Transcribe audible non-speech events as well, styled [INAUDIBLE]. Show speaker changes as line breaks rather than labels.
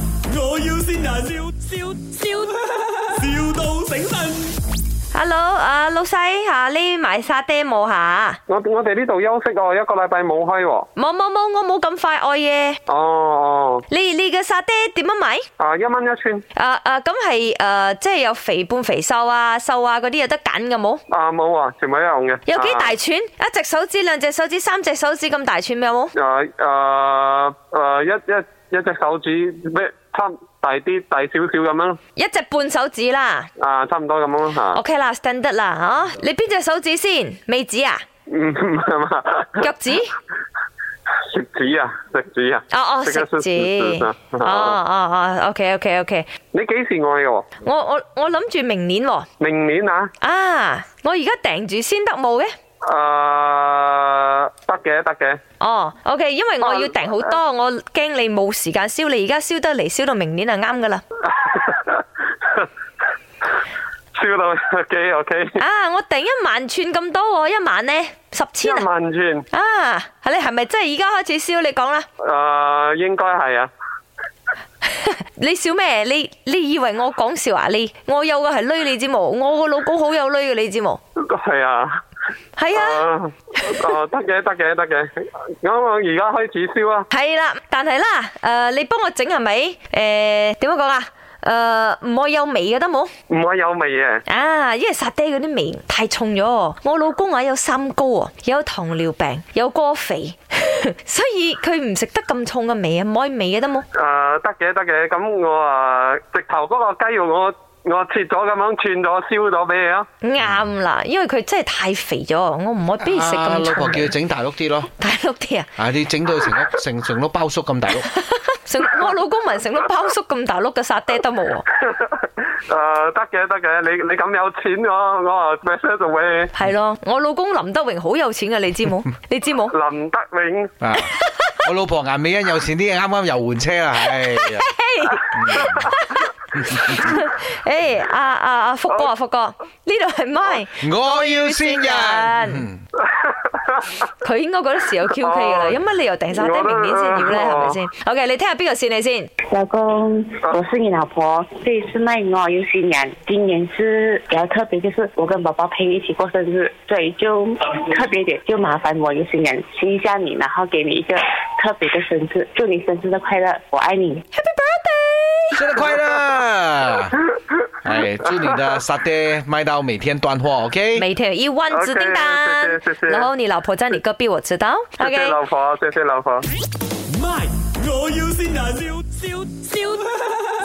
要先人，笑笑笑，,笑到醒神。
Hello，啊 à, 老細吓，你埋沙爹冇吓？
我我哋呢度休息哦，一個禮拜冇開喎。
冇冇冇，我冇咁快愛嘢。
哦哦，
你你嘅沙爹點樣買？
啊一蚊一串，
啊啊，咁係诶，即係有肥半肥瘦啊、瘦啊嗰啲有得揀嘅冇？
啊冇啊，全部一樣嘅。
有幾大串？一隻手指、兩隻手指、三隻手指咁大串嘅有冇？
啊？啊啊啊一一一隻手指咩差唔大啲大少少咁樣，
一隻半手指啦。
啊差唔多咁樣咯嚇。
OK 啦，standard 啦，啊，你邊隻手指先？尾指啊？
嗯係嘛？
腳趾？
食指啊，食指啊。
哦哦，食指。哦哦哦，OK Ờ, OK OK，
你幾時愛嘅喎？
我我我諗住明年喎。
明年啊？
啊，我而家訂住先得冇嘅？
啊得嘅得嘅。 [LAUGHS]
哦，OK，因為我要訂好多，
啊
我驚你冇時間燒，你而家燒得嚟，燒到明年就啱噶啦。
笑到 OK OK，
啊，我訂一萬串咁多喎，一萬呢，十千
一
啊！
萬串，
啊，你係咪真係而家開始燒？你講啦，
啊應該係啊。
你笑咩？你你以為我講笑啊？你我有嘅係女你知冇？我個老公好有女嘅你知冇？
係啊，
係啊。
啊，哦，得嘅，得嘅，得嘅，咁我而家開始燒啊，
係啦，但係啦，诶、你幫我整係咪？诶、點樣講啊？诶、唔可以有味嘅得冇？
唔可以有味嘅，
啊，因為沙爹嗰啲味太重咗。我老公啊有三高啊，有糖尿病，有過肥， [LAUGHS] 所以佢唔食得咁重嘅味啊，唔可以味嘅得冇？
啊，得嘅，得嘅，咁我啊，直頭嗰個雞肉我我切咗咁樣串咗燒咗俾你啊， [LAUGHS]
啱啦，因為佢真係太肥咗，我唔可以俾佢食
啊
咁
老
重
婆叫佢
嘅。
整大碌啲咯，
大碌啲啊！
啊你整到
[LAUGHS]
成粒成成碌包粟咁大碌，
成我老公咪成碌包叔咁大碌嘅沙爹得冇喎？
啊，得嘅，得嘅，你你咁有錢我我啊 m e s s 做俾你，
係咯，我老公林德榮好有錢嘅，你知冇？你知冇？ [LAUGHS]
林德永，
啊我老婆顏美欣有錢啲，啱啱又換車啦，唉
[LAUGHS]
呀
诶，阿阿阿福哥啊，福哥，呢度係咪？
我要先人。嗯
佢應該嗰陣時有 QK 噶啦，
哦
有乜理由訂晒爹明年先要咧？係咪先？OK，你聽下邊個線你先。
老公，我是你老婆，这一次卖我有新人。今年是比较特别，就是我跟宝宝陪你一起过生日，所以就特别一点，就麻烦我有新人亲一下你，然后给你一个特别的生日，祝你生日的快乐，我爱你。
生日快乐！
[LAUGHS]
哎，祝你的沙爹卖到每天断货，OK？
每天有一万只
OK，
订单
谢谢谢谢
然后你老婆在你隔壁，我知道。
謝謝
OK，
老婆，謝謝老婆。
[LAUGHS] My，我要先人，笑笑笑。